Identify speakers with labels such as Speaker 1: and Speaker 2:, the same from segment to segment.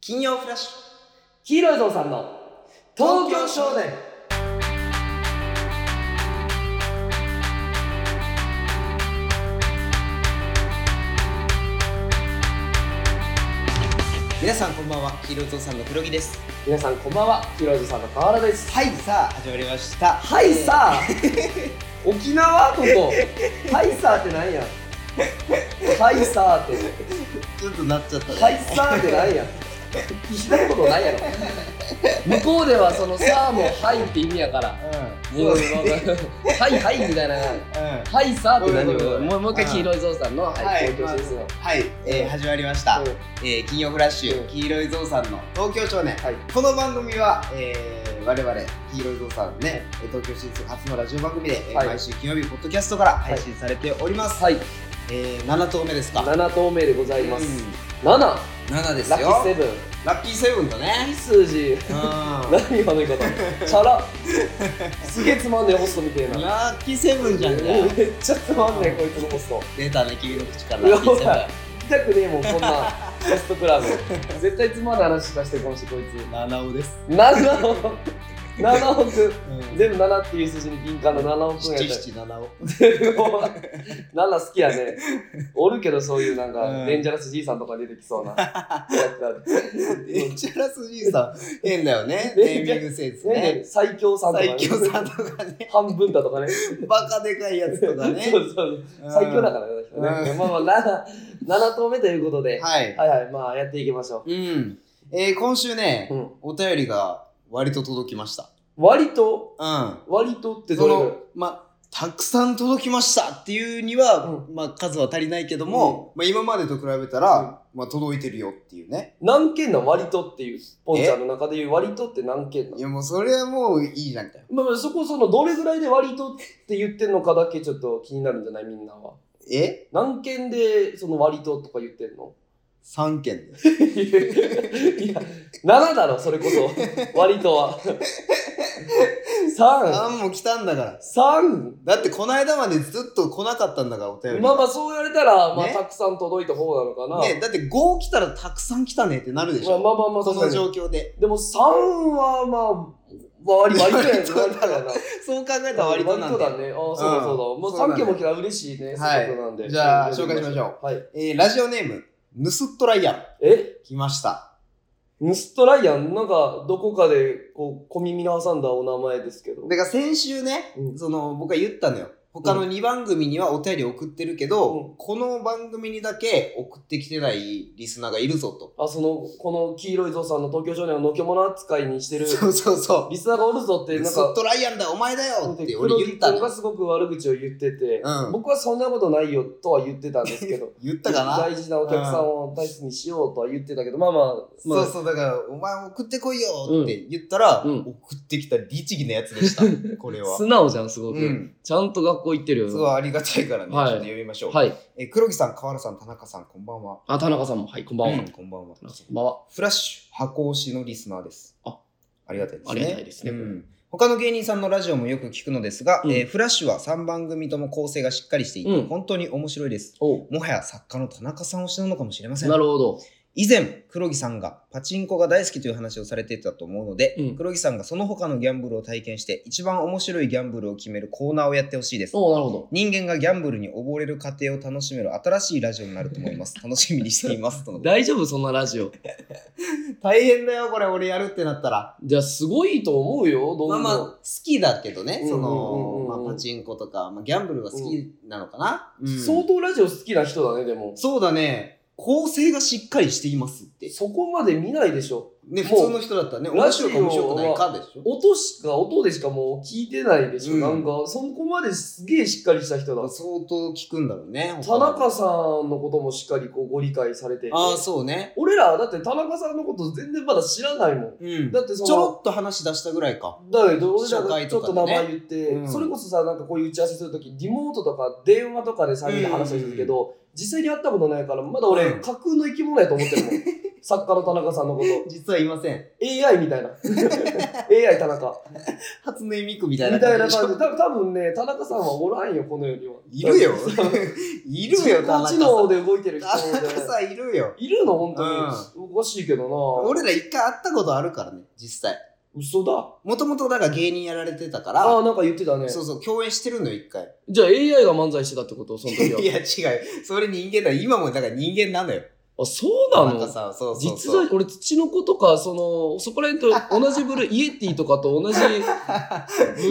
Speaker 1: 金曜フラッシュ
Speaker 2: ヒーローゾーさんの東京少年
Speaker 1: 皆さんこんばんはヒーローゾーさんの黒木です
Speaker 2: 皆さんこんばんはヒーローゾーさんの河原です
Speaker 1: はいさあ始まりました
Speaker 2: はいさあ 沖縄ここはいさあってなんやはいさあって
Speaker 1: あちょっとなっちゃったね
Speaker 2: はいさあってなんや聞いたことないやろ向こうではそのさあもはいって意味やから
Speaker 1: うん
Speaker 2: もう はいはいみたいな
Speaker 1: は
Speaker 2: はいさあって何
Speaker 1: ごめんごめ
Speaker 2: も
Speaker 1: ん
Speaker 2: もうもう一回黄色いゾウさんのはいい東京ですよ
Speaker 1: はい、えー、始まりました、えー、金曜フラッシ
Speaker 2: う
Speaker 1: ュ
Speaker 2: ん
Speaker 1: 黄色いゾウさんの東京少年、
Speaker 2: はい
Speaker 1: この番組は、えー、我々黄色いゾウさんね、えー東京進出初のラジオ番組で、えー
Speaker 2: はい
Speaker 1: 毎週金曜日ポッドキャストから配信されております、
Speaker 2: はい
Speaker 1: えー、7頭目ですか
Speaker 2: 7頭目でございます
Speaker 1: うん
Speaker 2: 7ラ
Speaker 1: 7ですよ
Speaker 2: ッキーセブン
Speaker 1: ラッキーセブンだ
Speaker 2: いい
Speaker 1: ね
Speaker 2: 数字
Speaker 1: うんラ
Speaker 2: 何今の言い方チャラすげえつまんねえホストみてえな
Speaker 1: ッキーセブンじゃんじゃん
Speaker 2: めっちゃつまんねえこいつのホスト
Speaker 1: 出たね君の口からラッキーセ
Speaker 2: うわ行きたくねえもんこんなホストクラブ絶対つまんない話出してこんしこい
Speaker 1: ブ
Speaker 2: つ
Speaker 1: ン七尾です、
Speaker 2: 7億7億
Speaker 1: うん、
Speaker 2: 全部7っていう数字に敏感な7億円
Speaker 1: 七
Speaker 2: やった
Speaker 1: 七七 尾
Speaker 2: 7好きやねおるけどそういうなん
Speaker 1: う
Speaker 2: か
Speaker 1: ん
Speaker 2: デンジャラスじいさんとか出てきそう な
Speaker 1: デンジャラスじいさん変だよ ねネ
Speaker 2: デン
Speaker 1: ー
Speaker 2: ジャ
Speaker 1: ミングセンス
Speaker 2: ね
Speaker 1: ね
Speaker 2: 最強さんとかね
Speaker 1: 最強さんとかね
Speaker 2: 半分だとかね
Speaker 1: バカでかいやつとかね
Speaker 2: そうそうそう最強だからね、
Speaker 1: うん
Speaker 2: ねまあまあ 7, 7投目ということで、
Speaker 1: はい、
Speaker 2: はいはいまあやっていきましょ
Speaker 1: うんえー、今週ね、
Speaker 2: う、うん、
Speaker 1: お便りが割と届きました
Speaker 2: 割と
Speaker 1: うん
Speaker 2: 割とって
Speaker 1: そ
Speaker 2: どれぐらい
Speaker 1: のまたくさん届きましたっていうには、
Speaker 2: う
Speaker 1: まあ、数は足りないけども、まあ、今までと比べたら、まあ、届いてるよっていうね
Speaker 2: 何件なん割とっていうポンちゃんの中でいう割とって何件ない
Speaker 1: やもうそれはもういいじゃんかよ
Speaker 2: まあまあそこそのどれぐらいで割とって言ってんのかだけちょっと気になるんじゃないみんなは
Speaker 1: え
Speaker 2: 何件でその割ととか言ってん の
Speaker 1: 三件で
Speaker 2: いや7だろそれこそ割 とは3
Speaker 1: あもう来たんだから
Speaker 2: 3
Speaker 1: だってこの間までずっと来なかったんだからお便り
Speaker 2: まあまあそう言われたら、まあ
Speaker 1: ね
Speaker 2: たくさん届いた方なのかな、
Speaker 1: ね、だって5来たらたくさん来たねってなるでし
Speaker 2: まあ
Speaker 1: ょ、
Speaker 2: まあまあまあ
Speaker 1: こ
Speaker 2: 確
Speaker 1: の
Speaker 2: かに
Speaker 1: 状況で
Speaker 2: でも3はまあ割り割り
Speaker 1: 割とだ
Speaker 2: 割りだよな
Speaker 1: そう考えたら割となん
Speaker 2: 割
Speaker 1: だ
Speaker 2: とだねああそうだそうだ、
Speaker 1: そう
Speaker 2: ま
Speaker 1: な
Speaker 2: あ
Speaker 1: ん
Speaker 2: 3
Speaker 1: だ
Speaker 2: 件も来たら嬉しいね、
Speaker 1: はい
Speaker 2: せっかくなんで
Speaker 1: じゃあ
Speaker 2: うん
Speaker 1: 紹介しましょ
Speaker 2: うはい
Speaker 1: えーラジオネームヌスットライアン
Speaker 2: え
Speaker 1: 来ました
Speaker 2: ヌストライアンなんかどこかでこう小耳に挟んだお名前ですけど
Speaker 1: だから先週ね、
Speaker 2: うん
Speaker 1: その僕は言ったのよ他の2番組にはお便り送ってるけど、
Speaker 2: うん
Speaker 1: この番組にだけ送ってきてないリスナーがいるぞと、
Speaker 2: あそのこの黄色いぞうさんの東京少年をのけ者扱いにしてる
Speaker 1: そうそうそう
Speaker 2: リスナーがおるぞって
Speaker 1: ヌ
Speaker 2: なん
Speaker 1: スッ
Speaker 2: か
Speaker 1: トライアンだお前だよって俺
Speaker 2: 黒
Speaker 1: 言っ
Speaker 2: 木
Speaker 1: た
Speaker 2: 君
Speaker 1: の
Speaker 2: がすごく悪口を言ってて、
Speaker 1: うん
Speaker 2: 僕はそんなことないよと は言ってたんですけど
Speaker 1: 言ったかな
Speaker 2: 大事なお客さんを大切にしようとは言ってたけど、まあまあ、まあ
Speaker 1: そうそうだから「お前送ってこいよ」って言ったら、
Speaker 2: うん
Speaker 1: 送ってきた律儀なやつで したこれは
Speaker 2: 素直じゃんすごく、
Speaker 1: うん
Speaker 2: ちゃんと学校行ってるよ
Speaker 1: すごいありがたいからね、
Speaker 2: は
Speaker 1: ち
Speaker 2: い
Speaker 1: ょっと読みましょう、
Speaker 2: はい
Speaker 1: えー黒木さん河原さん田中さんこんばんは
Speaker 2: あ田中さんもはいこんばんは、
Speaker 1: うん
Speaker 2: 田
Speaker 1: こんばんは
Speaker 2: 中さんこんばんは
Speaker 1: フラッシュ箱推しのリスナーです
Speaker 2: あ
Speaker 1: ありがたいですね
Speaker 2: ありがたいですね
Speaker 1: うん他の芸人さんのラジオもよく聞くのですが、
Speaker 2: うん
Speaker 1: えーフラッシュは3番組とも構成がしっかりしていて、
Speaker 2: うん
Speaker 1: 本当に面白いです
Speaker 2: おう
Speaker 1: もはや作家の田中さん推しなのかもしれません
Speaker 2: なるほど
Speaker 1: 以前黒木さんがパチンコが大好きという話をされていたと思うので、
Speaker 2: うん
Speaker 1: 黒木さんがその他のギャンブルを体験して一番面白いギャンブルを決めるコーナーをやってほしいです
Speaker 2: おうなるほど
Speaker 1: 人間がギャンブルに溺れる過程を楽しめる新しいラジオになると思います楽しみにしていますとのこと
Speaker 2: 大丈夫そんなラジオ
Speaker 1: 大変だよこれ俺やるってなったら
Speaker 2: じゃあすごいと思うよどん
Speaker 1: ま
Speaker 2: ど
Speaker 1: あま
Speaker 2: ん、
Speaker 1: あ好きだけどねそ
Speaker 2: うんうん
Speaker 1: の
Speaker 2: うんうん
Speaker 1: まあパチンコとか、まあ、ギャンブルが好きなのかな、うん
Speaker 2: 相当ラジオ好きな人だねでも
Speaker 1: そうだね構成がしっかりしていますって、
Speaker 2: そこまで見ないでしょ
Speaker 1: ね、
Speaker 2: もう
Speaker 1: 普通の人だったらね面白いか面白くないかでしょ
Speaker 2: 音しか音でしかもう聞いてないでしょ、
Speaker 1: うん
Speaker 2: なんかそこまですげえしっかりした人だ
Speaker 1: 相当聞くんだろうね。
Speaker 2: 田中
Speaker 1: さん。
Speaker 2: さんのこともしっかりこうご理解されてて
Speaker 1: ああ、そうね。
Speaker 2: 俺らだって田中さんのこと全然まだ知らないもん
Speaker 1: うん。
Speaker 2: だってその
Speaker 1: ちょろっと話し出したぐらいか。
Speaker 2: だけど俺ら
Speaker 1: 紹
Speaker 2: が
Speaker 1: 介
Speaker 2: ちょ
Speaker 1: と
Speaker 2: っ
Speaker 1: か
Speaker 2: と
Speaker 1: でね
Speaker 2: 名前言って、
Speaker 1: うん
Speaker 2: それこそさなんかこういう打ち合わせするときリモートとか電話とかで3人で話したりするけど、実際に会ったことないから、まだ俺、
Speaker 1: うん
Speaker 2: 架空の生き物やと思ってる もん。作家の田中さんのこと。
Speaker 1: 実はいません
Speaker 2: AI みた いな。AI 田中。
Speaker 1: 初音ミクみ
Speaker 2: み
Speaker 1: た
Speaker 2: た
Speaker 1: いな
Speaker 2: いな感
Speaker 1: でし
Speaker 2: じ。
Speaker 1: ょ
Speaker 2: た多分ね、田中さんはおらんよ、この世には。
Speaker 1: いるよい
Speaker 2: い
Speaker 1: るよ田中さ
Speaker 2: 知能
Speaker 1: ん
Speaker 2: で動いてる人で。
Speaker 1: 田中さんいるよ
Speaker 2: いるの、本当に。おかしいけどな。
Speaker 1: 俺ら一回会ったことあるからね実際
Speaker 2: 嘘だ。
Speaker 1: もともとだから芸人やられてたか
Speaker 2: あ
Speaker 1: ら
Speaker 2: あ、なんか言ってたね。
Speaker 1: そうそう共演してるのよ一回
Speaker 3: じゃあ AI が漫才してたってことその時は。
Speaker 1: いや違うそれ人間だ今もだから人間なのよ
Speaker 3: あ、そう
Speaker 1: 田
Speaker 3: なの
Speaker 1: 中さんはそうそうそう
Speaker 3: 実は俺、土の子とか、その、そこら辺と同じ部類、イエティとかと同じ部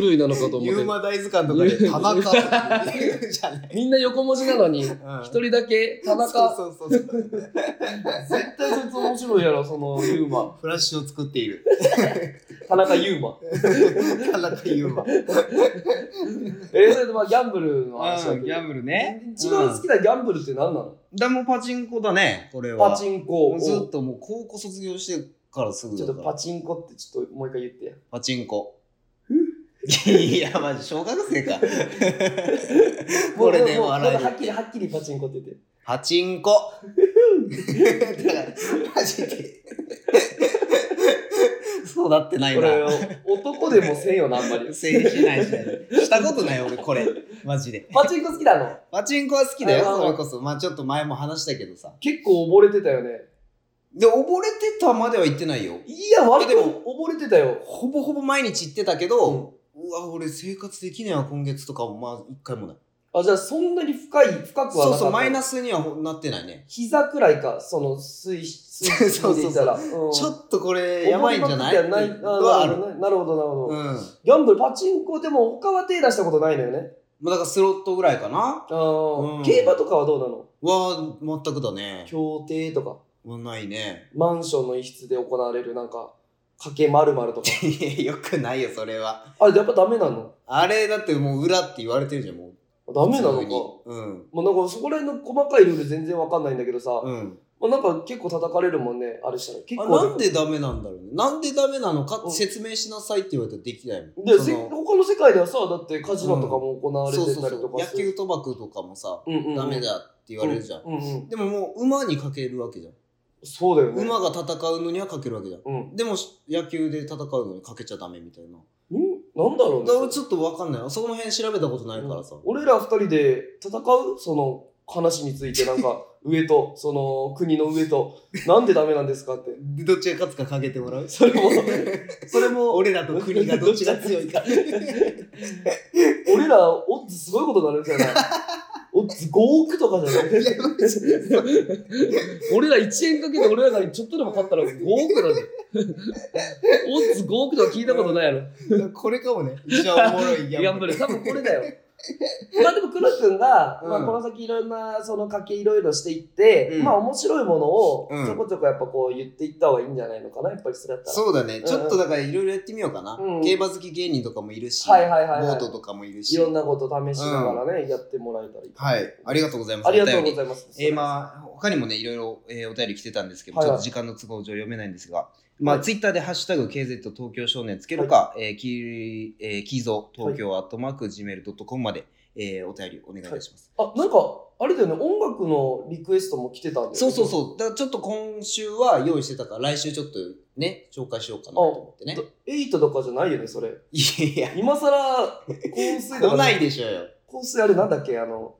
Speaker 3: 類なのかと思
Speaker 1: ユー
Speaker 3: って。
Speaker 1: マ大図鑑とかで田中って言うじゃ ない。
Speaker 3: みんな横文字なのに、一
Speaker 1: うん
Speaker 3: 人だけ田中。
Speaker 1: そうそうそうそう。
Speaker 2: 絶対そいつ面白いやろ、そのユーマ。
Speaker 1: フラッシュを作って いる。
Speaker 2: 田中ユーマ。
Speaker 1: 田中ユーマ。
Speaker 2: えー、それでまあギャンブルの話だけど。
Speaker 1: ンブル。
Speaker 2: 一番好きなギャンブルって何なの
Speaker 1: だもうパチンコだね、これは。
Speaker 2: パチンコ
Speaker 1: も
Speaker 2: を。
Speaker 1: う
Speaker 2: ち
Speaker 1: ずっ
Speaker 2: ょ
Speaker 1: ともう高校卒業してからすぐだ
Speaker 2: っ
Speaker 1: か
Speaker 2: と
Speaker 1: ら。
Speaker 2: パチンコってちょっともう一回言ってや。
Speaker 1: パチンコ。いや、マジ小学生 か。これで
Speaker 2: もう
Speaker 1: 笑
Speaker 2: もうはっ
Speaker 1: え
Speaker 2: きり
Speaker 1: る。
Speaker 2: はっきりパチンコって言って。
Speaker 1: パチンコ。だから、マジ で。そうだってない
Speaker 2: こ
Speaker 1: な。
Speaker 2: れ男でもせんよなあん まり。
Speaker 1: せいしないしない。したことない俺これ。マジで。
Speaker 2: パチンコ好きなの。
Speaker 1: パチンコは好きだよ、
Speaker 2: あまあまあ
Speaker 1: それこそ。まあちょっと前も話したけどさ。
Speaker 2: 結構溺れてたよね。
Speaker 1: で、溺れてたまでは行ってないよ。
Speaker 2: いや割と
Speaker 1: でも
Speaker 2: 溺れてたよ。
Speaker 1: ほぼほぼ毎日行ってたけど、うわ、俺生活できねえわ、今月とかもまあ一回もない。
Speaker 2: あじゃあそんなに深い深くはなかった。
Speaker 1: そうそう、マイナスにはほなってないね。
Speaker 2: 膝くらいかその水 水水で言ったら。うん
Speaker 1: ちょっとこれ、やばいんじゃない
Speaker 2: 溺れまくっ
Speaker 1: っ
Speaker 2: ては
Speaker 1: てのは
Speaker 2: あ
Speaker 1: あ
Speaker 2: なる
Speaker 1: る。
Speaker 2: ほどねなるほどなるほ
Speaker 1: う
Speaker 2: ど。
Speaker 1: ん。
Speaker 2: ギャンブルパチンコでも他は手出したことないのよね。
Speaker 1: まあだからスロットぐらいかな。
Speaker 2: あー
Speaker 1: うん
Speaker 2: 競馬とかはどうなの？
Speaker 1: わあ、全くだね。
Speaker 2: 競艇とか。
Speaker 1: はないね。
Speaker 2: マンションの一室で行われるなんか賭けまるまるとか
Speaker 1: いやよくないよ、それは。
Speaker 2: あれやっぱダメなの
Speaker 1: あれだってもう裏って言われてるじゃん、もう。
Speaker 2: ダメなの
Speaker 1: 普
Speaker 2: か
Speaker 1: 通にうん。
Speaker 2: もうなんかそこら辺の細かいルール全然わかんないんだけどさ、
Speaker 1: うん、
Speaker 2: まあ、なんか結構叩かれるもんねあれしたら結
Speaker 1: あ
Speaker 2: 構
Speaker 1: なんでダメなんだろうねなんでダメなのか
Speaker 2: う
Speaker 1: っ
Speaker 2: ん
Speaker 1: て説明しなさいって言われたらできないもん
Speaker 2: で
Speaker 1: そ
Speaker 2: せ
Speaker 1: の
Speaker 2: 他の世界ではさだってカジノとかも行われて
Speaker 1: そうそ
Speaker 2: た
Speaker 1: う
Speaker 2: りと
Speaker 1: そう
Speaker 2: か
Speaker 1: 野
Speaker 2: す
Speaker 1: 球
Speaker 2: る
Speaker 1: 賭博とかもさ、
Speaker 2: うんうんうん
Speaker 1: ダメだって言われるじゃん、
Speaker 2: うんうん
Speaker 1: でももう馬にかけるわけじゃん、
Speaker 2: そうだよね、
Speaker 1: 馬が戦うのにはかけるわけじゃん
Speaker 2: うん、
Speaker 1: でも野球で戦うのにかけちゃダメみたいな
Speaker 2: なんだろう
Speaker 1: だから
Speaker 2: ね
Speaker 1: ちょっとわかんないその辺調べたことないからさ、
Speaker 2: 俺ら二人で戦うその話についてなんか上とその国の上となんでダメなんですかって
Speaker 1: でどっちが勝つかかけてもらう
Speaker 2: それもそれも
Speaker 1: 俺らと国がどっちが強 いか
Speaker 2: 俺らオッズすごいことになるん じゃないオッズ5億とかじゃない
Speaker 3: 俺ら1円かけて俺らがちょっとでも勝ったら5億だぜ。オッズ5億とか聞いたことないやろ。
Speaker 1: これかもね一番おもろいギ
Speaker 3: ギャンブル。多分これだよ。
Speaker 2: まあでも黒くんが、
Speaker 1: うん
Speaker 2: まあ、この先いろんなその賭けいろいろしていって、
Speaker 1: うん
Speaker 2: まあ面白いものを
Speaker 1: うん
Speaker 2: ちょこちょこやっぱこう言っていった方がいいんじゃないのかなやっぱりそれだったら
Speaker 1: そうだね、
Speaker 2: ん
Speaker 1: ちょっとだからいろいろやってみようかな、
Speaker 2: うん
Speaker 1: 競馬好き芸人とかもいるし、
Speaker 2: はいはいはいはい
Speaker 1: ボートとかもいる
Speaker 2: い
Speaker 1: し
Speaker 2: ろんなこと試しながらね、やってもらえたらいいかな
Speaker 1: はいありがとうございます
Speaker 2: ありがとう
Speaker 1: お
Speaker 2: ご
Speaker 1: 便り
Speaker 2: ざいます
Speaker 1: えーまあ他にもねいろいろ、えーお便り来てたんですけど、
Speaker 2: はいは
Speaker 1: ちょっ
Speaker 2: い
Speaker 1: と時間の都合上読めないんですがまあ、
Speaker 2: はい
Speaker 1: ツイッターで「ハッシュタグ #KZ 東京少年」つけるか、えーキーえーキーゾー東京アットマーク Gmail.com まで、えーお便りお願いいたします、
Speaker 2: あなんかあれだよね音楽のリクエストも来てたんだよね
Speaker 1: そうそうそうだからちょっと今週は用意してたから来週ちょっとね紹介しようかなと思ってね
Speaker 2: エイトとかじゃないよねそれ
Speaker 1: いやい
Speaker 2: 今さら香水
Speaker 1: や
Speaker 2: とか
Speaker 1: 来ないでしょうよ
Speaker 2: 香水あれなんだっけあの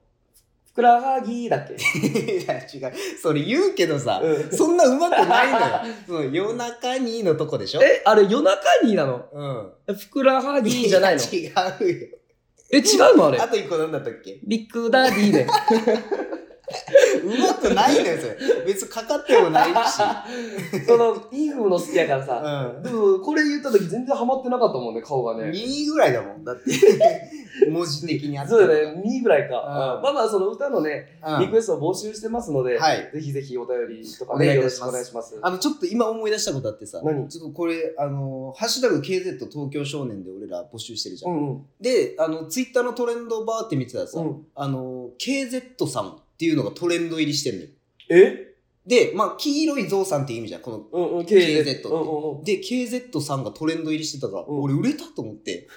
Speaker 2: ふくらはぎだっけ、
Speaker 1: いや違うそれ言うけどさ、
Speaker 2: うん
Speaker 1: そんなうまくない のよその夜中にのとこでしょ
Speaker 3: え、あれ夜中になの
Speaker 1: うん
Speaker 3: えふくらはぎじゃないの
Speaker 1: いや違うよ
Speaker 3: え、違うのあれ
Speaker 1: あと一個なんだったっけ
Speaker 3: ビッグダディで。
Speaker 1: うまくないのよそれ別にかかってもないし、
Speaker 2: そのいい風の好きやからさ、
Speaker 1: う
Speaker 2: でもこれ言った時全然ハマってなかったもんね顔が
Speaker 1: ん、
Speaker 2: ね
Speaker 1: 2位ぐらいだもんだって 文字的にあった
Speaker 2: そうだね2位ぐらいか、
Speaker 1: うん
Speaker 2: まあまあその歌のね
Speaker 1: うん
Speaker 2: リクエストを募集してますので、
Speaker 1: はい
Speaker 2: ぜひぜひお便りとか
Speaker 1: お願
Speaker 2: ね
Speaker 1: いい
Speaker 2: よ
Speaker 1: た
Speaker 2: ろ
Speaker 1: し
Speaker 2: し
Speaker 1: ます
Speaker 2: くお願いします
Speaker 1: あのちょっと今思い出したことあってさ
Speaker 2: 何
Speaker 1: ちょっとこれあの「ハッシュタグ #KZ 東京少年」で俺ら募集してるじゃ、
Speaker 2: うんんうん
Speaker 1: であのツイッターのトレンドバーって見てたらさ、
Speaker 2: うん
Speaker 1: あの KZ さんっていうのがトレンド入りしてるのよ
Speaker 2: え
Speaker 1: で、まあ、黄色いゾウさんっていう意味じゃん、この。
Speaker 2: うんうん
Speaker 1: KZ って
Speaker 2: うんうんうん
Speaker 1: で、KZ さんがトレンド入りしてたから、
Speaker 2: う ん
Speaker 1: 俺売れたと思って、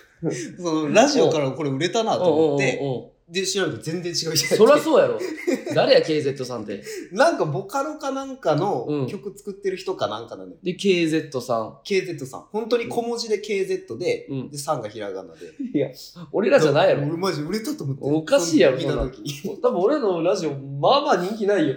Speaker 1: そのラジオからこれ売れたなと思って、
Speaker 3: う
Speaker 1: で調べて全然違うじゃん
Speaker 3: そりゃそうやろ。誰や、KZ さんって。
Speaker 1: なんかボカロかなんか
Speaker 3: う
Speaker 1: の
Speaker 3: ん
Speaker 1: 曲作ってる人かなんかなのよ、
Speaker 3: で、KZ さん。
Speaker 1: KZ さん本当に小文字で KZ で、
Speaker 3: うん
Speaker 1: でさんがひらがなで
Speaker 3: 俺らじゃないやろ。
Speaker 1: 俺マジ売れたと思って
Speaker 3: おかしいやろ
Speaker 1: 見た時
Speaker 2: 多分俺のラジオ、まあまあ人 気ないよ。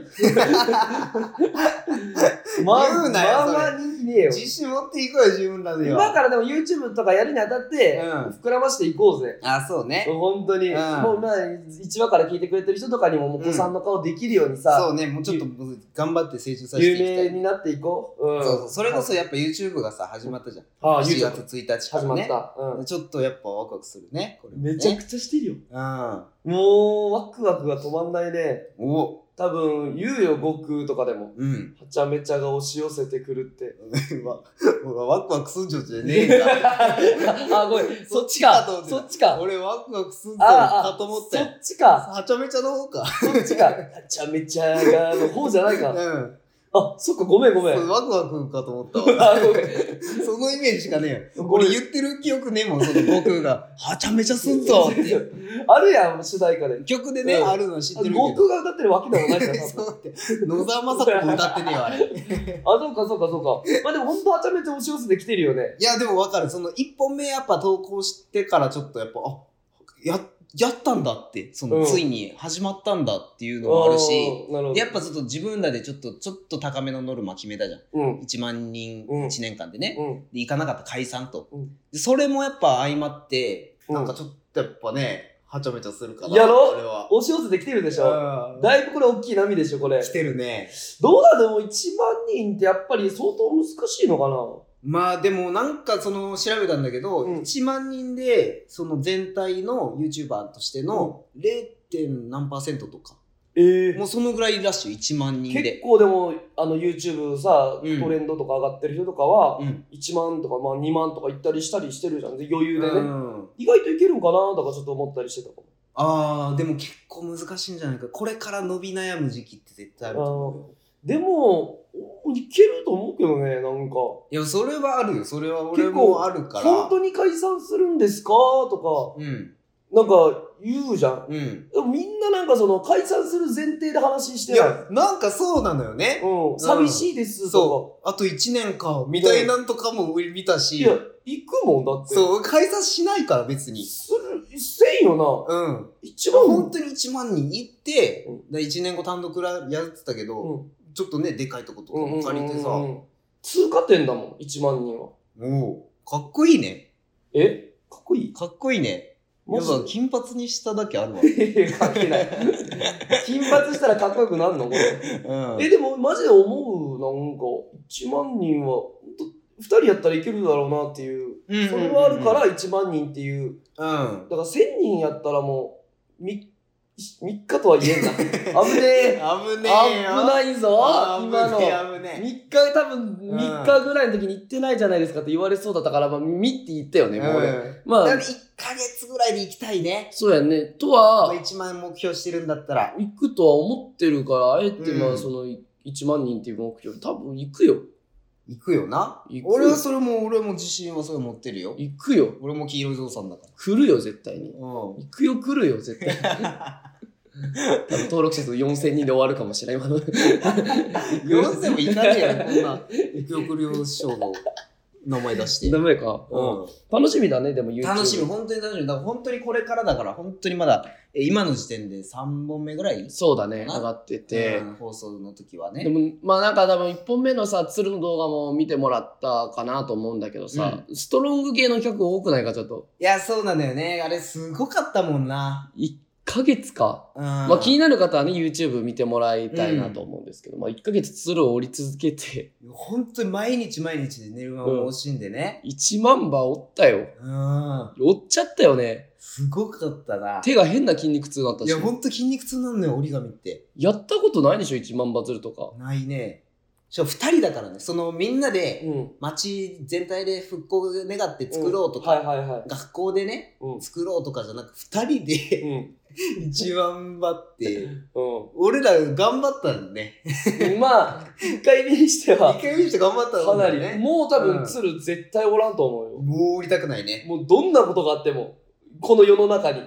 Speaker 2: まあ、
Speaker 1: 言うなよ
Speaker 2: まあ
Speaker 1: それ
Speaker 2: まあ人気ねえよ。
Speaker 1: 自信持っていくよ自分らでよ
Speaker 2: 今からでも YouTube とかやるにあたって、
Speaker 1: うん
Speaker 2: 膨らましていこうぜ。
Speaker 1: あそうね
Speaker 2: 本当に、
Speaker 1: うん
Speaker 2: もうまあ1話から聞いてくれてる人とかにももうお子さんの顔できるようにさ、
Speaker 1: そうねもうちょっと僕頑張って成長させていき
Speaker 2: 有
Speaker 1: た
Speaker 2: 名
Speaker 1: い
Speaker 2: になっていこう。うん、
Speaker 1: そうそうそれこそやっぱ YouTube がさ始まったじゃん
Speaker 2: ああ、
Speaker 1: 7
Speaker 2: YouTube
Speaker 1: 月1日か
Speaker 2: 始
Speaker 1: ら
Speaker 2: まっ
Speaker 1: ね
Speaker 2: た。うん
Speaker 1: ちょっとやっぱワクワクするねこれもね
Speaker 2: めちゃくちゃしてるよ。もうワクワクが止まんないね。
Speaker 1: うんお
Speaker 2: 多分言うよ、悟空とかでも。
Speaker 1: うん
Speaker 2: はちゃめちゃが押し寄せてくるって。
Speaker 1: わワクワクすんじゃんじゃね えんだ
Speaker 3: あ、ごめん。そっち
Speaker 1: そっちかと思っ
Speaker 3: か。
Speaker 1: てた
Speaker 3: そっちか。
Speaker 1: 俺ワクワクすんじゃん
Speaker 2: ああ
Speaker 1: かと思った
Speaker 2: そ
Speaker 1: よ
Speaker 2: っちか。
Speaker 1: はちゃめちゃの方か
Speaker 2: そっちか。はちゃめちゃがの方じゃないか。
Speaker 1: うん
Speaker 2: あ、そっか、ごめんごめん。
Speaker 1: そうワクワクかと思ったわ
Speaker 2: あ、ごめん。
Speaker 1: そのイメージしかねえよ。
Speaker 2: これ
Speaker 1: 俺言ってる記憶ねえもん、その僕が。はちゃめちゃすんぞ って。
Speaker 2: あるやん、主題歌で。
Speaker 1: 曲でね、
Speaker 2: うん
Speaker 1: あるの知ってるけど。
Speaker 2: 僕が歌ってるわけでもない から、多
Speaker 1: そ
Speaker 2: 分。
Speaker 1: うって。野沢雅子も歌ってねえわ、あ れ。い
Speaker 2: あ、そうか、そうか、そうか。まあでも、ほんとはちゃめちゃ押し寄せてきてるよね。
Speaker 1: や、でもわかる。その一本目やっぱ投稿してからちょっとやっぱ、あ、や、やったんだって。その、
Speaker 2: うん
Speaker 1: ついに始まったんだっていうのもあるし。
Speaker 2: あー、なるほど。
Speaker 1: やっぱちょっと自分らでちょっと、ちょっと高めのノルマ決めたじゃん。
Speaker 2: うん。
Speaker 1: 1万人
Speaker 2: うん
Speaker 1: 1年間でね。
Speaker 2: うん。
Speaker 1: で、行かなかった解散と
Speaker 2: うん。
Speaker 1: でそれもやっぱ相まって、
Speaker 2: うん
Speaker 1: なんかちょっとやっぱね、はちゃめちゃするから。
Speaker 2: やろ
Speaker 1: これは。
Speaker 2: 押し寄せてきてるでしょ。
Speaker 1: う
Speaker 2: だいぶこれ大きい波でしょ、これ
Speaker 1: ん。来てるね。
Speaker 2: どうだでも1万人ってやっぱり相当難しいのかな
Speaker 1: まあでもなんかその調べたんだけど、
Speaker 2: うん
Speaker 1: 1万人でその全体の YouTuber としての 0. 点何パーセントとか、
Speaker 2: え
Speaker 1: もうそのぐらいらしい1万人
Speaker 2: 結
Speaker 1: で。
Speaker 2: 構でもあの YouTube さ
Speaker 1: うん
Speaker 2: トレンドとか上がってる人とかは
Speaker 1: うん
Speaker 2: 1万とかまあ2万とか行ったりしたりしてるじゃんで余裕でね、
Speaker 1: うん
Speaker 2: 意外といけるんかなとかちょっと思ったりしてたかも
Speaker 1: ああでも結構難しいんじゃないかこれから伸び悩む時期って絶対あると思うよ
Speaker 2: でもおいけると思うけどねなんか
Speaker 1: いやそれはあるよそれは俺
Speaker 2: 結構
Speaker 1: もあるから
Speaker 2: 本当に解散するんですかと
Speaker 1: うん
Speaker 2: かなんか言うじゃん
Speaker 1: うん
Speaker 2: でもみんななんかその解散する前提で話し
Speaker 1: い
Speaker 2: てない
Speaker 1: やなんかそうなのよね、
Speaker 2: うん、寂しいですと
Speaker 1: そうあと1年かみたいなんとかも見た
Speaker 2: か、
Speaker 1: し
Speaker 2: いや行くもんだって
Speaker 1: そう、解散しないから別に。
Speaker 2: するせんよ
Speaker 1: うん。
Speaker 2: な一番
Speaker 1: 本当に1万人行って
Speaker 2: う、
Speaker 1: で1年後単独ライブやってたけど、
Speaker 2: うん
Speaker 1: ちょっとね、でかいとことか
Speaker 2: うんうんうんう
Speaker 1: も
Speaker 2: ん
Speaker 1: 借りてさ、も
Speaker 2: 通過点だもん1万人は
Speaker 1: う、かっこいいね。
Speaker 2: えかっこいい
Speaker 1: かっこいいね。や
Speaker 2: マ
Speaker 1: っ
Speaker 2: ジ
Speaker 1: ぱ金髪にしただけ あるわ。
Speaker 2: で関係ない 金髪したらかっこよくなるのこれ
Speaker 1: う
Speaker 2: え
Speaker 1: ん。
Speaker 2: でもマジで思うなんか1万人はほんと2人やったらいけるだろうなっていう
Speaker 1: うん
Speaker 2: それはあるから1万人っていう
Speaker 1: うん。
Speaker 2: だから1000人やったらもう 3, 3日とは 言えんな危ねえ
Speaker 1: 危ねえよ。
Speaker 3: 危ないぞ
Speaker 1: あー
Speaker 3: 今の
Speaker 1: 危。ねえ、危ねえ。
Speaker 3: 3日多分3日ぐらいの時に行ってないじゃないですかって言われそうだったから、まあ、見って言ったよね、もう俺。
Speaker 1: うん
Speaker 3: ま
Speaker 1: だ
Speaker 3: あ
Speaker 1: から、1ヶ月ぐらいで行きたいね。
Speaker 3: そうやね。と
Speaker 1: まあ
Speaker 3: は、
Speaker 1: 1万目標してるんだったら。
Speaker 3: 行くとは思ってるから、あえてま
Speaker 1: う
Speaker 3: あ
Speaker 1: ん
Speaker 3: その1万人っていう目標、多分行くよ。
Speaker 1: 行くよな。
Speaker 3: 行くよ
Speaker 1: 俺はそれも、俺も自信はそれ持ってるよ。
Speaker 3: 行くよ。
Speaker 1: 俺も黄色いゾウさんだから。
Speaker 3: 来るよ、絶対に。
Speaker 1: うん。
Speaker 3: 行くよ、来るよ、絶対 に。多分登録者数4000人で終わるかもしれない、今の。
Speaker 1: 4世もいかねえよ、こんな。よく両師匠の名前出して。
Speaker 3: ダメか、
Speaker 1: う
Speaker 3: 楽しみだね、でも YouTube。
Speaker 1: ん、楽しみ、。本当に楽しみ。だから本当にこれからだから、本当にまだ、え今の時点で3本目ぐらい、
Speaker 3: そうだね、
Speaker 1: な
Speaker 3: 上がってて。
Speaker 1: うん放送の時は
Speaker 3: で
Speaker 1: ね。
Speaker 3: もまあなんか多分1本目のさ鶴の動画も見てもらったかなと思うんだけどさ、ストロング系の曲多くないかちょっと
Speaker 1: いや、そうなんだよね。あれ、すごかったもんな。
Speaker 3: 1ヶ月か、
Speaker 1: うん。
Speaker 3: まあ気になる方はね YouTube 見てもらいたいなと思うんですけど、まあ1ヶ月鶴を折り続けて
Speaker 1: 本当に毎日毎日で寝る間も惜しんでね。
Speaker 3: 1万羽折ったよ
Speaker 1: うん。
Speaker 3: 折っちゃったよね
Speaker 1: すごかったな。
Speaker 3: 手が変な筋肉痛になった
Speaker 1: い
Speaker 3: し
Speaker 1: や、本当筋肉痛なんだよ、折り紙って。
Speaker 3: やったことないでしょ1万羽鶴とか
Speaker 1: ないね。しかも2人だからね、そのみんなで、
Speaker 2: うん
Speaker 1: 町全体で復興を願って作ろうとか、
Speaker 2: うんはいはいはい
Speaker 1: 学校でね
Speaker 2: うん
Speaker 1: 作ろうとかじゃなく2人で
Speaker 2: うん
Speaker 1: 一番張って
Speaker 2: う
Speaker 1: 俺ら頑張ったんだね
Speaker 2: ん、まあ1回目にしては
Speaker 1: 一回見して頑張った
Speaker 2: か
Speaker 1: ん
Speaker 2: な
Speaker 1: だ
Speaker 2: り、
Speaker 1: ね
Speaker 2: もう多
Speaker 1: うん
Speaker 2: 分鶴絶対おらんと思うよ、
Speaker 1: もう降りたくないね
Speaker 2: もうどんなことがあってもこの世の中に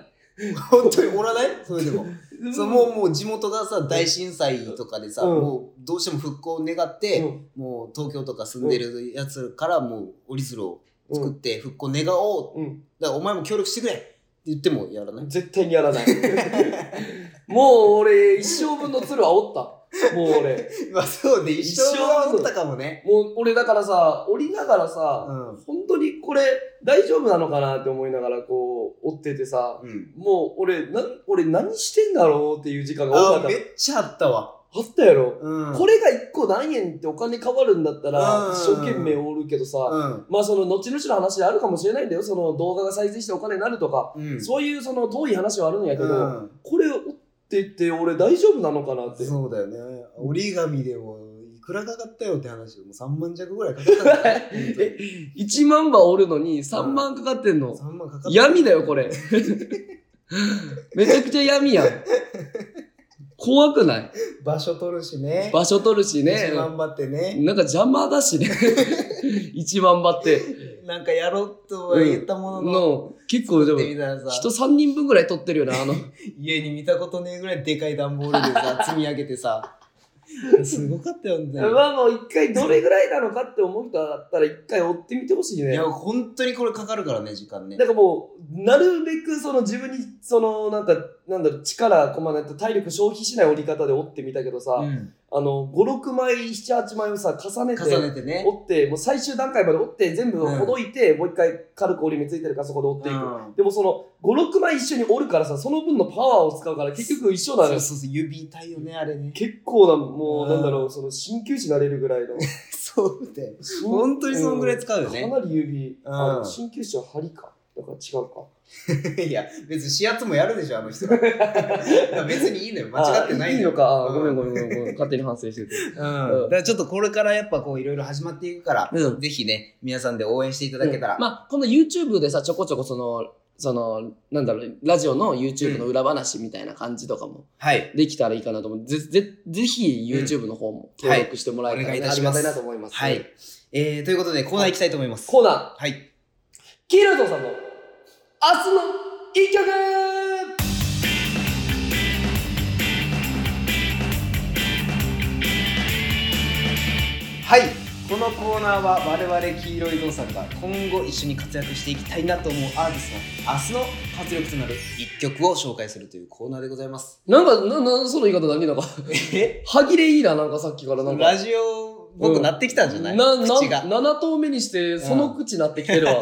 Speaker 1: 本当におらないそれでも。そうもうもう地元がさ大震災とかでさ、
Speaker 2: うん
Speaker 1: もうどうしても復興を願って、
Speaker 2: うん
Speaker 1: もう東京とか住んでるやつからもう折り鶴を作って復興願おう、
Speaker 2: うん、
Speaker 1: だからお前も協力してくれって言ってもやらない
Speaker 2: 絶対にやらない もう俺一生分の鶴はおったもう俺
Speaker 1: まあそうね一生は思ったかもね
Speaker 2: もう俺だからさ降りながら
Speaker 1: う
Speaker 2: さ、
Speaker 1: ん
Speaker 2: 本当にこれ大丈夫なのかなって思いながらこう追っててさ
Speaker 1: うん
Speaker 2: もう俺なん俺何してんだろうっていう時間が多
Speaker 1: あ
Speaker 2: かっ
Speaker 1: めっちゃあったわ、
Speaker 2: たあったやろ、
Speaker 1: うん、
Speaker 2: これが1個何円ってお金変わるんだった
Speaker 1: う
Speaker 2: ら
Speaker 1: ん
Speaker 2: 一生懸命おるけどさ、
Speaker 1: うん
Speaker 2: まあその後々の話であるかもしれないんだよその動画が再生してお金になるとか、
Speaker 1: うん
Speaker 2: そういうその遠い話はあるんやけど、
Speaker 1: うん
Speaker 2: これを折ってって俺大丈夫なのかなって
Speaker 1: そうだよね折り紙でもいくらかかったよって話もう3万弱ぐらいかかったん だよ本当に
Speaker 3: 1万羽おるのに3万かかってんの、
Speaker 1: 3万かかった
Speaker 3: 闇だよこれめちゃくちゃ闇やん怖くない
Speaker 1: 場所取るしね
Speaker 3: 場所取るしね
Speaker 1: 一番張ってね、
Speaker 3: なんか邪魔だしね一万羽って
Speaker 1: なんかやろうとは言ったものの、
Speaker 3: の結構でも
Speaker 1: 作ってみたらさ
Speaker 3: 人3人分ぐらい取ってるよなあの
Speaker 1: 家に見たことねえぐらいでかい段ボールでさ積み上げてさすごかったよね、
Speaker 2: まあもう一回どれぐらいなのかって思う人だったら一回追ってみてほしい
Speaker 1: い
Speaker 2: ね
Speaker 1: や本当にこれかかるからね時間ね
Speaker 2: なんかもうなるべくその自分にそのなんかなんだろう力こまないと体力消費しない折り方で折ってみたけどさ、
Speaker 1: うん
Speaker 2: あの56枚78枚をさ重ねて
Speaker 1: 重ねてね
Speaker 2: 折ってもう最終段階まで折って全部
Speaker 1: うん
Speaker 2: ほどいて、もう一回軽く折り目ついてるからそこで折っていく、
Speaker 1: うん
Speaker 2: でもその56枚一緒に折るからさその分のパワーを使うから結局一緒
Speaker 1: そ
Speaker 2: な
Speaker 1: う
Speaker 2: の
Speaker 1: そう
Speaker 2: よ
Speaker 1: そう指痛いよねあれね
Speaker 2: 結構なも
Speaker 1: う
Speaker 2: うんなんだろうその鍼灸師になれるぐらいの
Speaker 1: そうだよ本当にそのぐらい使うよね
Speaker 2: かなり指あ
Speaker 1: うん
Speaker 2: の鍼灸師は針かだから違うか
Speaker 1: いや別に視圧もやるでしょあの 人いや別にいいのよ間違ってない
Speaker 2: あいいの
Speaker 1: よ
Speaker 2: かあ
Speaker 1: うん
Speaker 3: ごめんごめんごめんごめん勝手に反省して て
Speaker 1: うん、だからちょっとこれからやっぱこういろいろ始まっていくから、
Speaker 3: うん
Speaker 1: ぜひね皆さんで応援していただけたら、
Speaker 3: まあこの YouTube でさちょこちょこそのそのなんだろうラジオの YouTube の裏話みたいな感じとかも
Speaker 1: はい
Speaker 3: できたらいいかなと思うぜぜぜひ YouTube の方も登録してもらえたら、
Speaker 1: はいお願いいた
Speaker 2: あ
Speaker 1: し
Speaker 2: り
Speaker 1: ま
Speaker 2: が
Speaker 1: す
Speaker 2: たいなと思います
Speaker 1: はい、えー、ということでコーナー行きたいと思います
Speaker 2: コーナー
Speaker 1: はい
Speaker 2: キーラゾーさんの明日の一曲
Speaker 1: はいこのコーナーは我々黄色いぞうさんが今後一緒に活躍していきたいなと思うアーティストの明日の活力となる一曲を紹介するというコーナーでございます
Speaker 3: なんかななその言い方何なんか
Speaker 1: え
Speaker 3: 歯切れいいななんかさっきからなんか
Speaker 1: ラジオ僕なってきたんじゃない、
Speaker 3: なな
Speaker 1: 口が
Speaker 3: 7頭目にしてその口なってきてるわ、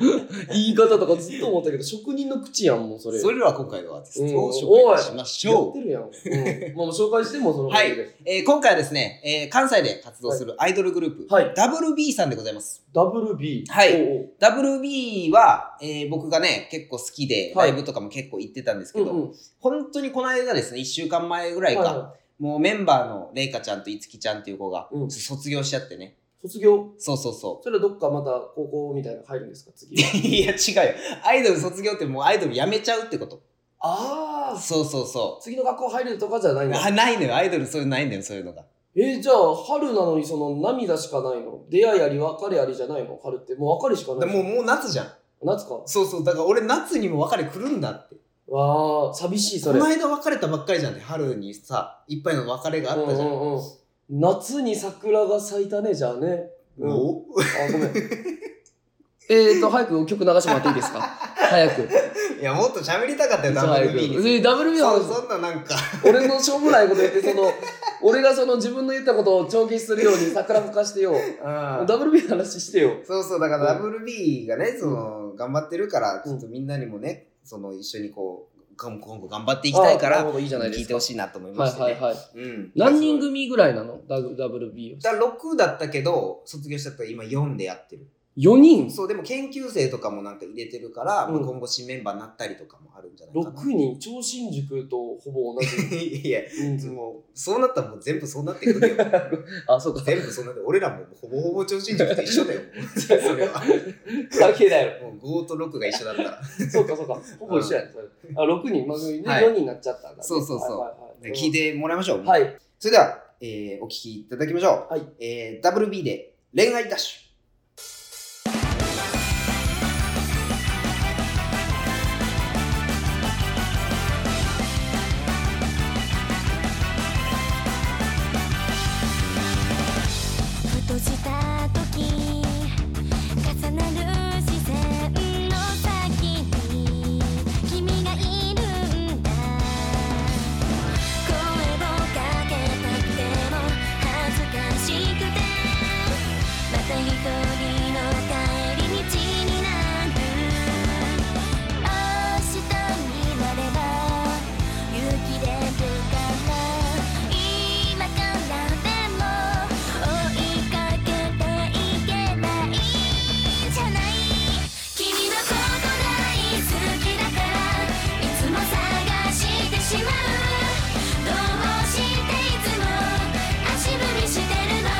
Speaker 3: 言い方とかずっと思ったけど職人の口やんもうそれ
Speaker 1: それでは今回のアーティストを紹介しまし
Speaker 2: や
Speaker 1: ょ
Speaker 2: っ
Speaker 1: う
Speaker 2: て、るやん、うん、まあもう紹介してもその
Speaker 1: はい
Speaker 2: おかげで
Speaker 1: えー今回はですね、えー関西で活動するアイドルグループ、
Speaker 2: はい
Speaker 1: WB さんでございます
Speaker 2: WB
Speaker 1: はい
Speaker 2: おう
Speaker 1: WB は、えー僕がね結構好きで
Speaker 2: は
Speaker 1: ライ
Speaker 2: い
Speaker 1: ブとかも結構行ってたんですけ
Speaker 2: おう
Speaker 1: ど、
Speaker 2: うんうん
Speaker 1: 本当にこの間ですね1週間前ぐらいか、
Speaker 2: はいはい
Speaker 1: もうメンバーのレイカちゃんといつきちゃんっていう子が
Speaker 2: うん
Speaker 1: 卒業しちゃってね、
Speaker 2: 卒業
Speaker 1: そうそう そ
Speaker 2: それはどっかまた高校みたいなの入るんですか次
Speaker 1: ういや違うよアイドル卒業ってもうアイドル辞めちゃうってこと
Speaker 2: ああ
Speaker 1: そうそうそ
Speaker 2: 次の学校入るとかじゃないん
Speaker 1: う
Speaker 2: だ
Speaker 1: あないのよアイドルそういうのないんだよそういうのが
Speaker 2: えーじゃあ春なのにその涙しかないの出会いあり別れありじゃないの春ってもう別れしかな
Speaker 1: で
Speaker 2: い
Speaker 1: もうもう夏じゃん
Speaker 2: 夏か
Speaker 1: そうそうだから俺夏にも別れ来るんだって
Speaker 2: わあ寂しいそ
Speaker 1: こ
Speaker 2: れ
Speaker 1: の間別れたばっかりじゃんって春にさいっぱいの別れがあったじゃん、
Speaker 2: うんうんうん夏に桜が咲いたねじゃあねうん
Speaker 1: お
Speaker 2: あごめん
Speaker 3: えっ、ー、と早く曲流してもらっていい ですか早く
Speaker 1: いやもっと喋りたかったよ
Speaker 3: じゃあ早
Speaker 1: WB
Speaker 3: く
Speaker 1: に
Speaker 3: え WB の
Speaker 1: そ
Speaker 3: 話
Speaker 1: うそんななんか
Speaker 3: 俺のしょうもないこと言って その俺がその自分の言ったことを帳消しするように桜吹かしてよ
Speaker 1: うん
Speaker 3: WB の話してよ
Speaker 1: そうそう、だから
Speaker 2: う
Speaker 1: WB がね、その、頑張ってるから、
Speaker 2: う
Speaker 1: ち
Speaker 2: ん
Speaker 1: ょっとみんなにもね、その、一緒にこう、今今後頑張っていきたいか
Speaker 3: あな
Speaker 1: ら
Speaker 3: る、ほどいいじゃないで
Speaker 1: 聞い
Speaker 3: す
Speaker 1: て
Speaker 3: か
Speaker 1: ほしいなと思いま
Speaker 3: はい
Speaker 1: して、ね。
Speaker 3: はいはい
Speaker 1: うん。
Speaker 3: 何人組ぐらいなの WB を
Speaker 1: だから6だったけど、卒業しちゃったら今4でやってる。
Speaker 3: 4人
Speaker 1: そう、でも研究生とかもなんか入れてるから、
Speaker 2: うん
Speaker 1: まあ今後新メンバーになったりとかもあるんじゃないかな。
Speaker 2: 6人超新塾とほぼ同じ
Speaker 1: いや、
Speaker 2: 人数
Speaker 1: もう、そうなったらもう全部そうなってく るよ。
Speaker 3: あそうか
Speaker 1: 全部そうなって、俺らもほぼほぼ調子いいんじゃなくて一緒だよ。もうそれ は。
Speaker 2: 関係ない
Speaker 1: もう5と6が一緒だったら。
Speaker 2: のそうかそうかほぼ一緒やねそれあ6人まあ4
Speaker 1: はい
Speaker 2: 人になっちゃったんだね
Speaker 1: そうそうそう
Speaker 2: はいはいはい
Speaker 1: 聞いてもらいましょう。
Speaker 2: はい
Speaker 1: それでは、えーお聞きいただきましょう。
Speaker 2: はい
Speaker 1: えー WB で恋愛ダッシュ。
Speaker 4: り道になる明日になれば雪でるから今からでも追いかけていけないじゃない君のこと大好きだからいつも探してしまうどうしていつも足踏みしてるの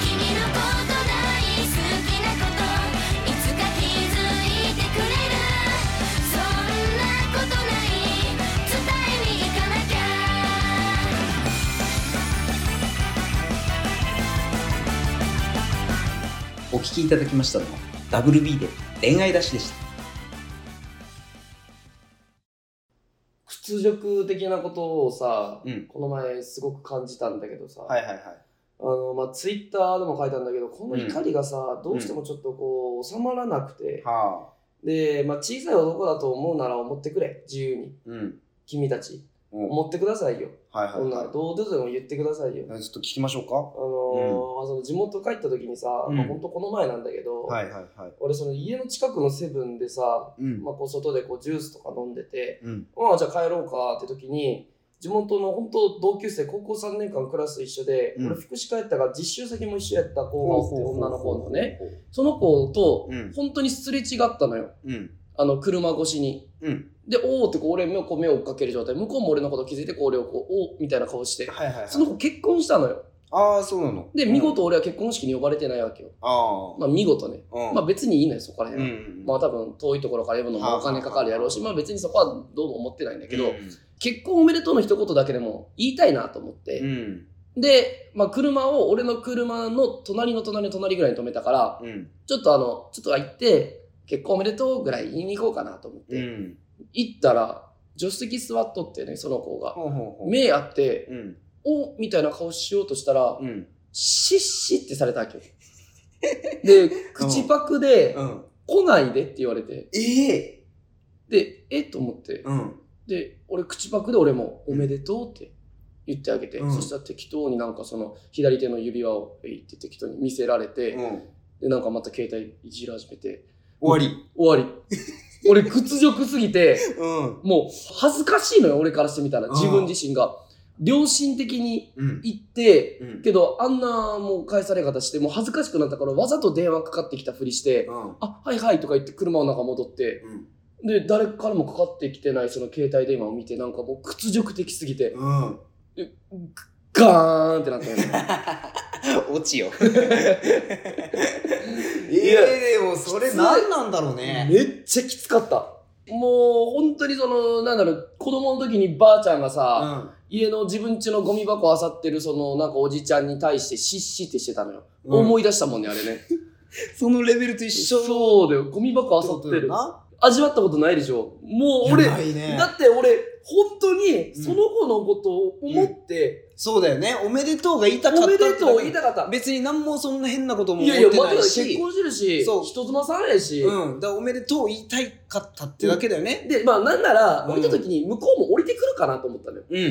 Speaker 4: 君のこと大好きなこといつか気づいてくれるそんなことない伝えに行かなきゃ
Speaker 1: お聞きいただきましたのは WB で恋愛ダッシュでした
Speaker 5: 屈辱的なことをさ、
Speaker 1: うん
Speaker 5: この前すごく感じたんだけどさ、
Speaker 1: いはいはい
Speaker 5: あのまあ、ツイッターでも書いたんだけどこの怒りがさ、どうしてもちょっとこう収まらなくて、
Speaker 1: はあ
Speaker 5: で、まあ、小さい男だと思うなら思ってくれ自由に
Speaker 1: うん
Speaker 5: 君たち
Speaker 1: お
Speaker 5: 思ってくださいよ、
Speaker 1: はいは
Speaker 5: そんなどうでも言ってくださいよ、
Speaker 1: いちょっと聞きましょう
Speaker 5: あのーその地元帰った時にさ、
Speaker 1: うん
Speaker 5: まあ、ほんとこの前なんだけど、
Speaker 1: かはいはいはい
Speaker 5: 俺その家の近くのセブンでさ、
Speaker 1: うん
Speaker 5: まあ、こう外でこうジュースとか飲んでて、
Speaker 1: うん
Speaker 5: まあ、じゃあ帰ろうかって時に地元の本当同級生高校3年間クラス一緒で、
Speaker 1: うん
Speaker 5: 俺福祉帰ったが実習先も一緒やった子がおって女の子のね
Speaker 2: その子と
Speaker 1: うん
Speaker 2: 本当にすれ違ったのよ
Speaker 1: うん
Speaker 2: あの車越しに
Speaker 1: うん
Speaker 2: でおおってこう俺もこう目を追っかける状態向こうも俺のこと気づいてこう俺をこうおーみたいな顔して
Speaker 1: はいはいはい
Speaker 2: その子結婚したのよ
Speaker 1: ああそうなの
Speaker 2: で見事俺は結婚式に呼ばれてないわけよ
Speaker 1: ああ
Speaker 2: まあ見事ね
Speaker 1: うん
Speaker 2: まあ別にいいのよそこら
Speaker 1: う
Speaker 2: 辺は、
Speaker 1: ん
Speaker 2: まあ多分遠いところから呼ぶのもお金かかるやろうしまあ別にそこはどうも思ってないんだけど結婚おめでとうの一言だけでも言いたいなと思って、
Speaker 1: うん
Speaker 2: で、まあ、車を俺の車の隣の隣の隣ぐらいに止めたから
Speaker 1: うん
Speaker 2: ちょっとあのちょっと行って結婚おめでとうぐらい言いに行こうかなと思って、
Speaker 1: うん
Speaker 2: 行ったら助手席座っとってねその子が
Speaker 1: ほうほうほう
Speaker 2: 目あって
Speaker 1: うん
Speaker 2: おみたいな顔しようとしたら
Speaker 1: うん
Speaker 2: シッシッってされたわ けよで口パクで
Speaker 1: うん
Speaker 2: 「来ないで」って言われて
Speaker 1: ええ
Speaker 2: でえっと思って
Speaker 1: うん
Speaker 2: で俺口パクで俺も「おめでとう」って言ってあげて、
Speaker 1: うん
Speaker 2: そしたら適当になんかその左手の指輪を「えい」って適当に見せられて、
Speaker 1: うん
Speaker 2: でなんかまた携帯いじり始めて
Speaker 1: 終わ
Speaker 2: 終わり 俺屈辱すぎて
Speaker 1: りうん
Speaker 2: もう恥ずかしいのよ俺からしてみたら
Speaker 1: うん
Speaker 2: 自分自身が良心的に
Speaker 1: うん
Speaker 2: 行って
Speaker 1: うん
Speaker 2: けどあんなもう返され方してもう恥ずかしくなったからわざと電話かかってきたふりして
Speaker 1: うん
Speaker 2: 「あはいはい」とか言って車の中戻って
Speaker 1: うん
Speaker 2: で誰からもかかってきてないその携帯電話を見てなんかもう屈辱的すぎて
Speaker 1: うん
Speaker 2: ガーンってなったよね
Speaker 1: 落 ちよいやでもそれ何なんだろうね
Speaker 2: めっちゃきつかったもう本当にそのなんだろう子供の時にばあちゃんがさ、
Speaker 1: うん
Speaker 2: 家の自分家のゴミ箱あさってるそのなんかおじちゃんに対してシッシってしてたのよ、思い出したもんねあれね
Speaker 1: そのレベルと一
Speaker 2: そうだよゴミ箱あさってる味わったことないでしょもう
Speaker 1: 俺
Speaker 2: 俺
Speaker 1: だ
Speaker 2: だって俺本当にその子のことを思って、
Speaker 1: そうだよねおめでとうが言いたかったっ
Speaker 2: お
Speaker 1: て
Speaker 2: め
Speaker 1: だけ
Speaker 2: でとう言いたかった
Speaker 1: 別に何もそんな変なことも
Speaker 2: い
Speaker 1: 思っ
Speaker 2: やいや
Speaker 1: て
Speaker 2: 待
Speaker 1: な
Speaker 2: って
Speaker 1: い
Speaker 2: た結
Speaker 1: し
Speaker 2: 婚してるし
Speaker 1: そう
Speaker 2: 人妻さんやし、
Speaker 1: うんだからおめでとう言いたいかったってだけだよね
Speaker 2: でまあなんなら
Speaker 1: うん
Speaker 2: 降りた時に向こうも降りてくるかなと思ったのよ、
Speaker 1: うん
Speaker 2: あよ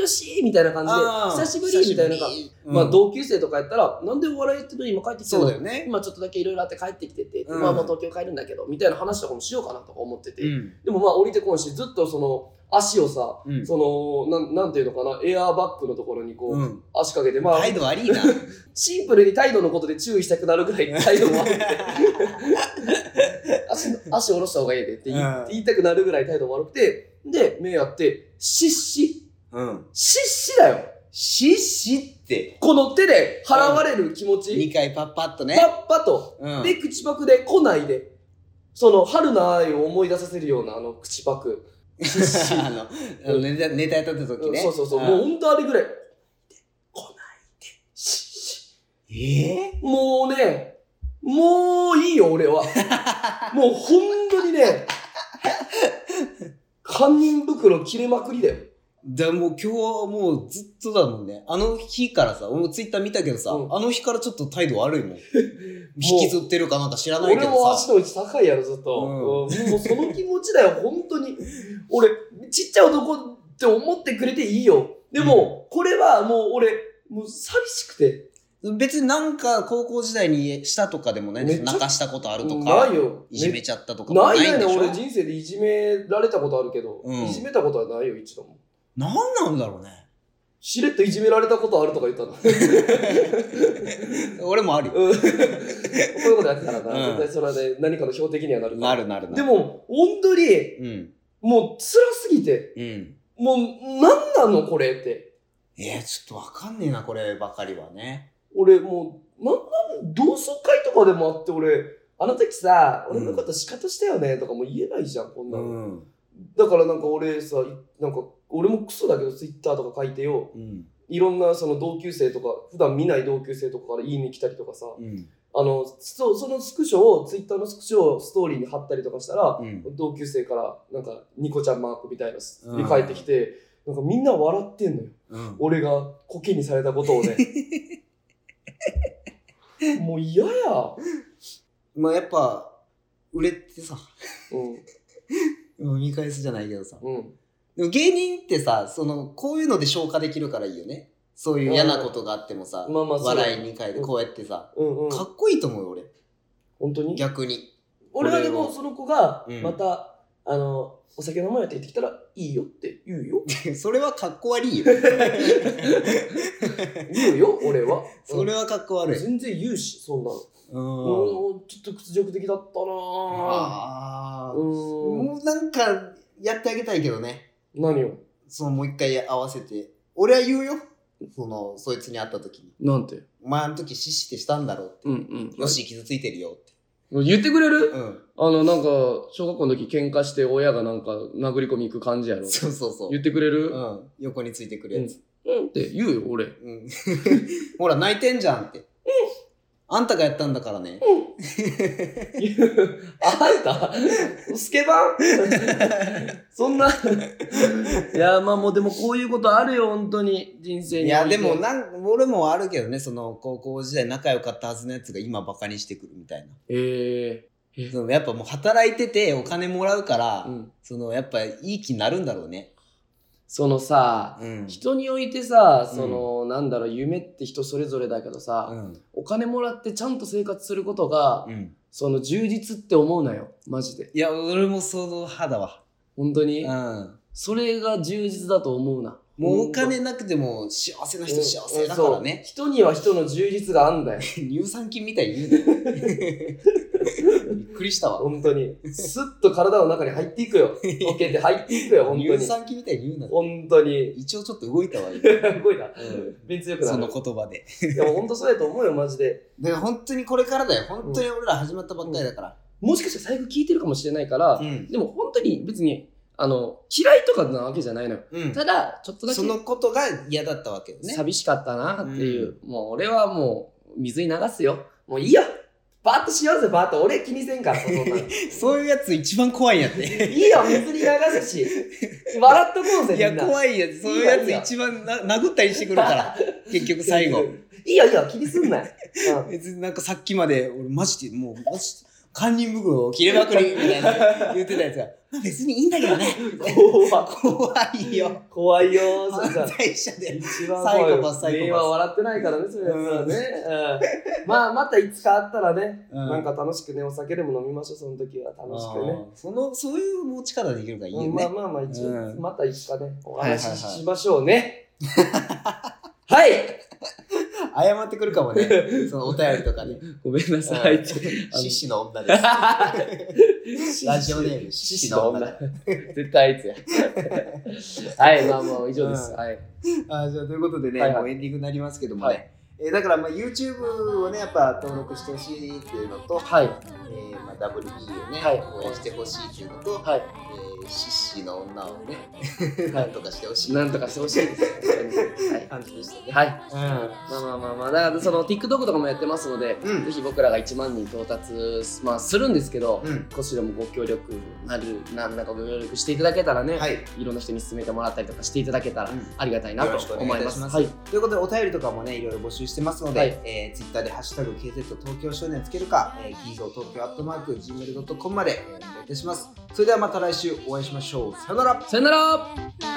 Speaker 2: よしーみたいな感じで
Speaker 1: あー
Speaker 2: 久しぶりみたいな感じ、
Speaker 1: 久しぶり
Speaker 2: まあ
Speaker 1: うん
Speaker 2: 同級生とかやったらなんでお笑いやってるのに今帰ってきてる
Speaker 1: そう
Speaker 2: の
Speaker 1: だよね
Speaker 2: 今ちょっとだけいろいろあって帰ってきてて、
Speaker 1: うん
Speaker 2: まあもう東京帰るんだけどみたいな話とかもしようかなとか思ってて、
Speaker 1: ん
Speaker 2: でもまあ降りてこんしずっとその足をさ
Speaker 1: うん
Speaker 2: そのなんなんていうのかなエアーバッグのところにこう、
Speaker 1: うん
Speaker 2: 足かけてまあ
Speaker 1: 態度悪い な
Speaker 2: シンプルに態度のことで注意したくなるぐら い態度もあって足足下ろした方がいいでって言,、
Speaker 1: うん
Speaker 2: 言いたくなるぐらい態度悪くてで目あってシッシ
Speaker 1: うん
Speaker 2: シッシだよ
Speaker 1: ししって
Speaker 2: この手で払われる気持ち、
Speaker 1: 2回パッパッと
Speaker 2: パ
Speaker 1: ね
Speaker 2: ッパと
Speaker 1: うん
Speaker 2: で口パクで来ないでその春の愛を思い出させるようなあの口パク、
Speaker 1: あのあのネタネタやった時ね
Speaker 2: そうそうそうもう
Speaker 1: う
Speaker 2: ほんとあれぐらい来ないでし
Speaker 1: ええ
Speaker 2: もうねもういいよ 俺はもうほんとにね堪忍袋切れまくりだよ
Speaker 1: だもう今日はもうずっとだもんねあの日からさ俺もツイッター見たけどさ
Speaker 2: うん
Speaker 1: あの日からちょっと態度悪いもん 引きずってるかなんか知らないけ
Speaker 2: 俺
Speaker 1: ど
Speaker 2: も
Speaker 1: さ
Speaker 2: 足の位置高いやろずっと、
Speaker 1: うん
Speaker 2: うんもうその気持ちだよ本当に俺ちっちゃい男って思ってくれていいよでも、これはもう俺もう寂しくて
Speaker 1: 別になんか高校時代にしたとかでもないんですよ
Speaker 2: めっち
Speaker 1: 泣
Speaker 2: ゃ
Speaker 1: かしたことあると
Speaker 2: な
Speaker 1: か
Speaker 2: いよ。
Speaker 1: いじめちゃったとかも
Speaker 2: な
Speaker 1: ないいん
Speaker 2: ね
Speaker 1: でしょ
Speaker 2: 俺人生でいじめられたことあるけど、
Speaker 1: うん
Speaker 2: いじめたことはないよ一度も
Speaker 1: 何なんだろうね
Speaker 2: しれっといじめられたことあるとか言っ たのこ
Speaker 1: 俺もあるよ
Speaker 2: ういうことやってたらな、
Speaker 1: うん
Speaker 2: 絶対それはね何かの標的にはなるから
Speaker 1: なるなるなる
Speaker 2: でも本当に
Speaker 1: うん
Speaker 2: もう辛すぎて
Speaker 1: うん
Speaker 2: もう何なのこれって
Speaker 1: えー、ちょっとわかんねえなこればかりはね
Speaker 2: 俺もうなんなん同窓会とかでもあって俺あの時さ俺のこと仕方したよねとかも言えないじゃんこんな
Speaker 1: う
Speaker 2: の、
Speaker 1: ん
Speaker 2: だからなんか俺さいなんか俺もクソだけどツイッターとか書いてよ
Speaker 1: うん
Speaker 2: いろんなその同級生とか普段見ない同級生とかからいいね来たりとかさ
Speaker 1: うん
Speaker 2: あのそそのスクショをツイッターのスクショをストーリーに貼ったりとかしたら、
Speaker 1: うん
Speaker 2: 同級生からなんかニコちゃんマークみたいな
Speaker 1: うん
Speaker 2: に返ってきて、なんかみんな笑ってんのよ
Speaker 1: うん
Speaker 2: 俺がコケにされたこと をねもう嫌や、
Speaker 1: まあやっぱ売れてさ
Speaker 2: う
Speaker 1: うん見返すじゃないけどさ
Speaker 2: んうん、
Speaker 1: でも芸人ってさそのこういうので消化できるからいいよねそういう嫌なことがあってもさ、
Speaker 2: まあまあそう
Speaker 1: 笑いに変えてこうやってさ、
Speaker 2: うんうん
Speaker 1: かっこいいと思うよ俺
Speaker 2: 本当に
Speaker 1: 逆に
Speaker 2: 俺はでもその子が
Speaker 1: うん
Speaker 2: また、あのお酒飲まないって言ってきたらいいよって言うよ
Speaker 1: それはかっこ悪 いよ
Speaker 2: 言うよ 俺は
Speaker 1: それはかっこ悪い
Speaker 2: 全然言うしそんなの
Speaker 1: うん
Speaker 2: うんちょっと屈辱的だったなぁ
Speaker 1: あー
Speaker 2: うん
Speaker 1: もうなんかやってあげたいけどね
Speaker 2: 何を
Speaker 1: そのもう一回合わせて俺は言うよそのそいつに会った時に
Speaker 3: なんて。
Speaker 1: 「お前あの時死してしたんだろ」って
Speaker 3: うんうん
Speaker 1: 「よし傷ついてるよ」って
Speaker 3: 言ってくれる
Speaker 1: うん
Speaker 3: あの、なんか、小学校の時喧嘩して親がなんか殴り込み行く感じやろ。
Speaker 1: そうそうそう
Speaker 3: 言ってくれる
Speaker 1: うん、横についてくるやつ、
Speaker 3: うんって言うよ、 俺。
Speaker 1: うん、ほら泣いてんじゃんって、あんたがやったんだからね、
Speaker 2: あんたスケバン そんな
Speaker 3: いや、まあもうでもこういうことあるよ、本当に。人生にお
Speaker 1: い
Speaker 3: て。
Speaker 1: やでもなん俺もあるけどねその高校時代仲良かったはずのやつが今バカにしてくるみたいな
Speaker 3: ええ
Speaker 1: そのやっぱもう働いててお金もらうから、
Speaker 3: うん
Speaker 1: そのやっぱいい気になるんだろうね、
Speaker 3: そのさ、
Speaker 1: うん
Speaker 3: 人においてさ、その、なんだろう、夢って人それぞれだけどさ、
Speaker 1: うん
Speaker 3: お金もらってちゃんと生活することが、
Speaker 1: うん、
Speaker 3: その充実って思うなよ、マジで。
Speaker 1: いや俺もその肌は、
Speaker 3: 本当
Speaker 1: う
Speaker 3: に。
Speaker 1: ん、
Speaker 3: それが充実だと思うな。
Speaker 1: もうお金なくても幸せな人幸せだからね、
Speaker 2: そう人には人の充実があんだ よ
Speaker 1: 乳酸菌みたいに言うね びっくりしたわ
Speaker 2: 本当にスッと体の中に入ってい くよ溶けて入っていくよ本当
Speaker 1: 乳
Speaker 2: に
Speaker 1: 酸菌みたいに言うな
Speaker 2: 本当 に
Speaker 1: 一応ちょっと動いたわ 今、
Speaker 2: すごいな便通よくな
Speaker 1: そ
Speaker 2: る
Speaker 1: の言葉で
Speaker 2: でも本当そうやと思うよマジで
Speaker 1: で本当にこれからだよ本当に俺ら始まったばっかりだから
Speaker 3: もしかして最後聞いてるかもしれないから、
Speaker 1: うん、
Speaker 3: でも本当に別に、あの、嫌いとかなわけじゃないのよ。
Speaker 1: うん
Speaker 3: ただ、ちょっとだけ
Speaker 1: そのことが嫌だったわけよね
Speaker 3: 寂しかったなっていう、もう俺はもう水に流すよ。もういいよ
Speaker 2: バーッとしようぜバーッと俺気にせんからそんなの い
Speaker 1: そういうやつ一番怖いんやって
Speaker 2: いよ水に流すし笑っとこうぜ
Speaker 1: い
Speaker 2: み
Speaker 1: や
Speaker 2: んな
Speaker 1: 怖いやつそういうやつ一番な殴ったりしてくるから 結局最後
Speaker 2: いいよいいよ気にすんなよ、うん
Speaker 1: 別になんかさっきまで俺マジでもうマジで堪忍袋を切れまくりみたい な言ってたやつがまあ別にいいんだけどね
Speaker 2: 怖
Speaker 1: 怖いよ
Speaker 2: 怖いよそれ
Speaker 1: 犯
Speaker 2: じゃ
Speaker 1: 罪者で
Speaker 2: 一番怖い
Speaker 1: サイコパスサイコパス
Speaker 2: 全員は笑ってないからねそういうやつはね、うんまあまたいつかあったらね、
Speaker 1: うん
Speaker 2: なんか楽しくねお酒でも飲みましょうその時は楽しくね
Speaker 1: あーそのそういう持ち方できるからいいよね、
Speaker 2: まあまあまあ一応、
Speaker 1: うん
Speaker 2: またいつかねお
Speaker 1: はいはいはい
Speaker 2: 話ししましょうね はい
Speaker 1: 謝ってくるかも ね、そのお便りとかね。
Speaker 3: ごめんなさいって。あ
Speaker 1: 獅
Speaker 3: の
Speaker 1: 子の女です。 ラジオネーム、獅子の女だ。
Speaker 3: 絶対あ いつや。はい、まあまあ以上です。
Speaker 1: うん
Speaker 3: はい。
Speaker 1: あーじゃあということでね、
Speaker 3: はいはい
Speaker 1: もうエンディングになりますけどもね。えーだから、まあ、YouTube をね、やっぱ登録してほしいっていうのと、
Speaker 3: はい。
Speaker 1: えーまあ、WB をね、
Speaker 3: はい
Speaker 1: 応援してほしいっていうのと、
Speaker 3: はい。
Speaker 1: えー獅子の女をね、
Speaker 3: は
Speaker 1: なんとかしてほしい
Speaker 3: なんとかしてほしいです。はい。
Speaker 1: 感じでしたね。
Speaker 3: はい。
Speaker 1: うん
Speaker 3: まあまあまあまあ、だからその TikTok とかもやってますので、
Speaker 1: うん
Speaker 3: ぜひ僕らが1万人到達す,、まあ、するんですけど、
Speaker 1: うん
Speaker 3: 少しでもご協力なる、なんなんかご協力していただけたらね、、
Speaker 1: はいい、
Speaker 3: ろんな人に勧めてもらったりとかしていただけたら
Speaker 1: うん
Speaker 3: ありがたいな
Speaker 1: よろし
Speaker 3: と
Speaker 1: くお
Speaker 3: 思
Speaker 1: 願い
Speaker 3: い
Speaker 1: い
Speaker 3: ま
Speaker 1: たし
Speaker 3: す。
Speaker 1: ます
Speaker 3: はい、
Speaker 1: ということでお便りとかもねいろいろ募集してますので、
Speaker 3: はい
Speaker 1: えー、ツイッターで「ハッシュタグ #KZ 東京少年」つけるか「えー、企業東京アットマーク Gmail.com」までえーお願いいたしますそれではまた来週お会いしましょうさよなら
Speaker 3: さよなら
Speaker 4: 「守